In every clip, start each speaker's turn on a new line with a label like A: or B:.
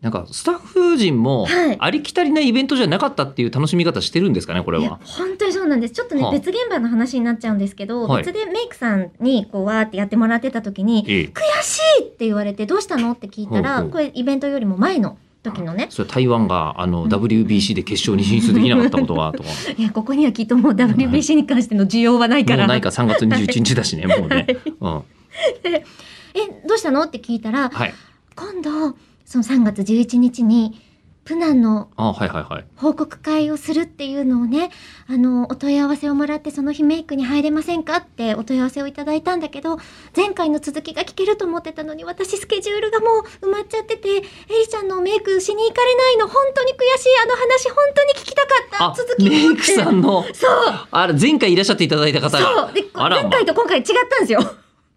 A: なんかスタッフ陣も
B: はい
A: ありきたりなイベントじゃなかったっていう楽しみ方してるんですかねこれ
B: いや
A: は。
B: 本当にそうなんですちょっとね、
A: はあ
B: 別現場の話になっちゃうんですけど、
A: はい
B: 別でメイクさんにこうわーってやってもらってた時に
A: ええ
B: 「悔しい!」って言われて「どうしたの?」って聞いたら
A: ほうほう
B: これイベントよりも前の時のね
A: それは台湾があの WBC で決勝に進出できなかったことがと か
B: いやここにはきっともう WBC に関しての需要はないか
A: も
B: ら、
A: うないか3月21日だしねもうね。うん
B: えどうしたのって聞いたら
A: はい。
B: 今度その3月11日にプナンの
A: あはいはいはい。
B: 報告会をするっていうのをねあのお問い合わせをもらってその日メイクに入れませんかってお問い合わせをいただいたんだけど前回の続きが聞けると思ってたのに私スケジュールがもう埋まっちゃっててエリちゃんのメイクしに行かれないの本当に悔しいあの話本当に聞きたか
A: あ
B: った続き
A: メ
B: もっ
A: イ
B: て
A: クさんの
B: そう
A: あれ前回いらっしゃっていただいた方が
B: そうで
A: あらま
B: 前回と今回違ったんですよ。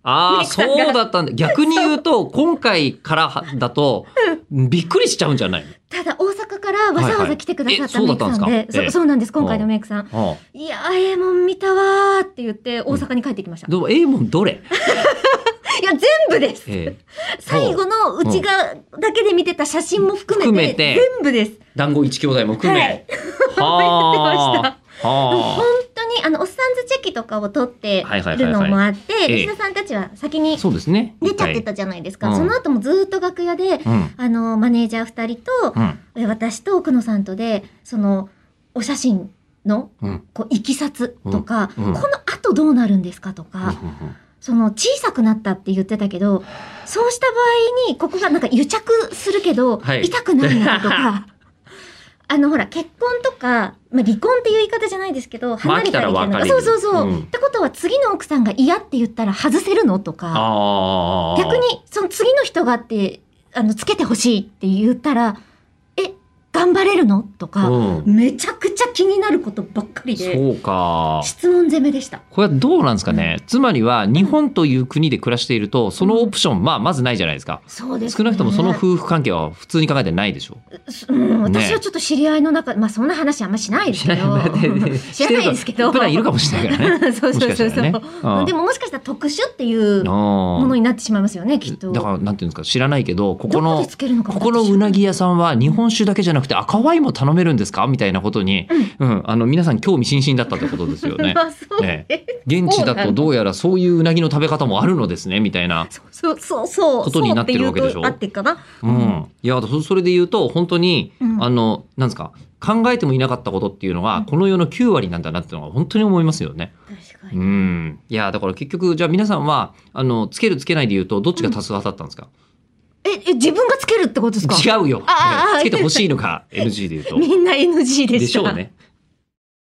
A: あ
B: メ
A: あ
B: イクさんが
A: そうだったんだ逆に言うと今回からだとびっくりしちゃうんじゃないの
B: ただ大阪からわざわざ来てくださった
A: はいはいえそ
B: メイクさん
A: うだったんで
B: です
A: か、ええ
B: そそうなんです今回のメイクさん。
A: ああ
B: いやーええもん見たわーって言って大阪に帰ってきました。
A: でも A もどれ、
B: いや全部です。
A: ええ
B: 最後のうちがだけで見てた写真も含めて
A: 含めて
B: 全部です。
A: 団子一兄弟も含め。
B: はいやってま
A: は
B: 本
A: あ。
B: 当にあのおっさんずチェキとかを撮って
A: はいはいはいはい
B: るのもあって、
A: ええ
B: 吉田さんたちは先に
A: そうですね。
B: 出ちゃってたじゃないですか。
A: はい
B: その後もずーっと楽屋で
A: 一回。うん。
B: あのマネージャー二人と
A: うん。
B: え私と奥野さんとでそのお写真の
A: うん。
B: こういきさつとか、
A: うんうん
B: この後どうなるんですかとか、その小さくなったって言ってたけどそうした場合にここがなんか癒着するけど、
A: はい
B: 痛くないな とかあのほら結婚とか、まあ、離婚っていう言い方じゃないですけど離れたりいけない
A: まあ飽きたら別れる
B: そうそうそう、
A: うん
B: ってことは次の奥さんが嫌って言ったら外せるのとか
A: ああ。
B: 逆。にその次の人がってあのつけてほしいって言ったらえ頑張れるのとか、
A: うん。
B: めちゃくちゃ気になることばっかりで
A: そうか。
B: 質問攻めでした。
A: これはどうなんですかね、つまりは日本という国で暮らしているとそのオプション、まあ、まずないじゃないですか
B: そうです、ね、
A: 少なくともその夫婦関係は普通に考えてないでしょ
B: うん、
A: ね
B: 私はちょっと知り合いの中、まあそんな話あんましないですけど知らないですけど
A: 普段いるかもしれないからね
B: そうそうそうそう、
A: もしかしたらねうん
B: でももしかしたら特殊って いうも
A: も
B: のになってしまいますよねきっと
A: だからなんていうんですか知らないけどここ
B: どこ
A: の
B: でつけるのか
A: ここのうなぎ屋さんは日本酒だけじゃなくて赤ワインも頼めるんですかみたいなことに、うんあの皆さん興味津々だったってことですよね
B: ま。あそうね、
A: 現地だとどうやらそういううなぎの食べ方もあるのですねみたいな。
B: そうそうそうそう
A: ことになってるわけでしょ
B: そうっていうとあってかな
A: う、
B: うん
A: いやそそれで言うと本当に、
B: うん
A: あのなんですか考えてもいなかったことっていうのが、
B: うん
A: この世の9割なんだなっていうのが本当に思いますよね。
B: 確か
A: う
B: に、
A: ん、いやだから結局じゃあ皆さんはあのつけるつけないで言うとどっちが多数派だったんですか、
B: ええ自分がつけるってことですか
A: 違うよ
B: ああああ
A: つけてほしいのか NG で言うと。
B: みんな NG でした
A: でしょうね。